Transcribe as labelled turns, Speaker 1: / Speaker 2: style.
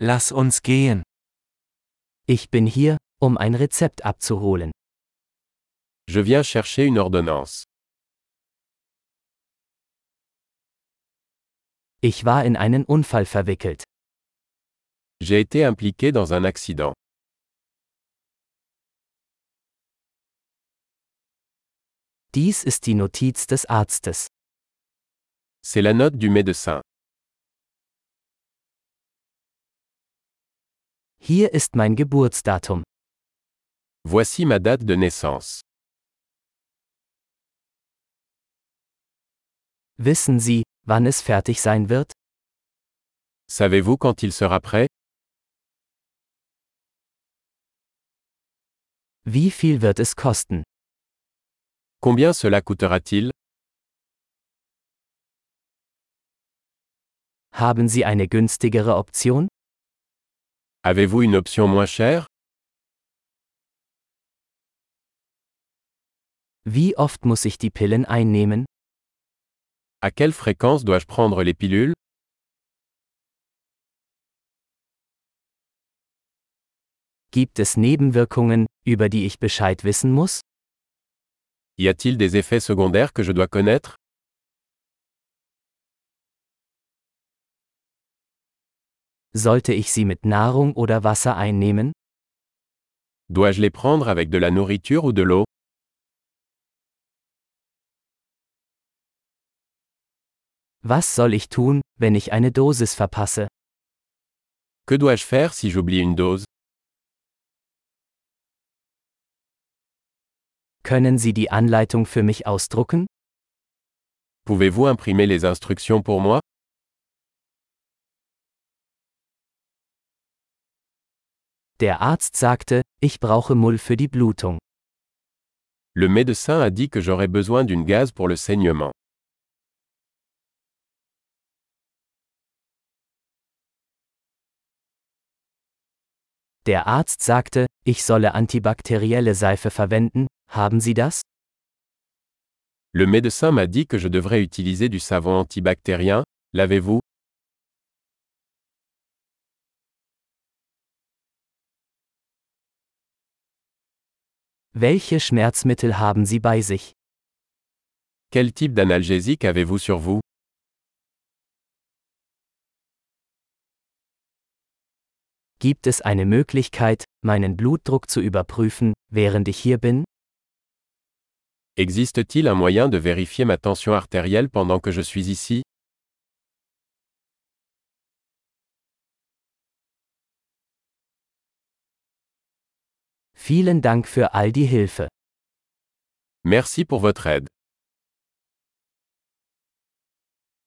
Speaker 1: Lass uns gehen.
Speaker 2: Ich bin hier, um ein Rezept abzuholen.
Speaker 3: Je viens chercher une ordonnance.
Speaker 2: Ich war in einen Unfall verwickelt.
Speaker 3: J'ai été impliqué dans un accident.
Speaker 2: Dies ist die Notiz des Arztes.
Speaker 3: C'est la note du médecin.
Speaker 2: Hier ist mein Geburtsdatum.
Speaker 3: Voici ma date de naissance.
Speaker 2: Wissen Sie, wann es fertig sein wird?
Speaker 3: Savez-vous quand il sera prêt
Speaker 2: Wie viel wird es kosten?
Speaker 3: Combien cela coûtera-t-il
Speaker 2: Haben Sie eine günstigere Option?
Speaker 3: Avez-vous une option moins chère
Speaker 2: Wie oft muss ich die Pillen einnehmen?
Speaker 3: À quelle fréquence dois-je prendre les pilules
Speaker 2: Gibt es Nebenwirkungen, über die ich Bescheid wissen muss?
Speaker 3: Y a-t-il des effets secondaires que je dois connaître
Speaker 2: Sollte ich sie mit Nahrung oder Wasser einnehmen?
Speaker 3: Dois-je les prendre avec de la nourriture ou de l'eau
Speaker 2: Was soll ich tun, wenn ich eine Dosis verpasse?
Speaker 3: Que dois-je faire si j'oublie une dose
Speaker 2: Können Sie die Anleitung für mich ausdrucken?
Speaker 3: Pouvez-vous imprimer les instructions pour moi
Speaker 2: Der Arzt sagte, ich brauche Mull für die Blutung.
Speaker 3: Le médecin a dit que j'aurais besoin d'une gaz pour le saignement.
Speaker 2: Der Arzt sagte, ich solle antibakterielle Seife verwenden, haben Sie das?
Speaker 3: Le médecin m'a dit que je devrais utiliser du savon antibactérien. L'avez-vous
Speaker 2: Welche Schmerzmittel haben Sie bei sich?
Speaker 3: Quel type d'analgésique avez-vous sur vous
Speaker 2: Gibt es eine Möglichkeit, meinen Blutdruck zu überprüfen, während ich hier bin?
Speaker 3: Existe-t-il un moyen de vérifier ma tension artérielle pendant que je suis ici
Speaker 2: Vielen Dank für all die Hilfe.
Speaker 3: Merci pour votre aide.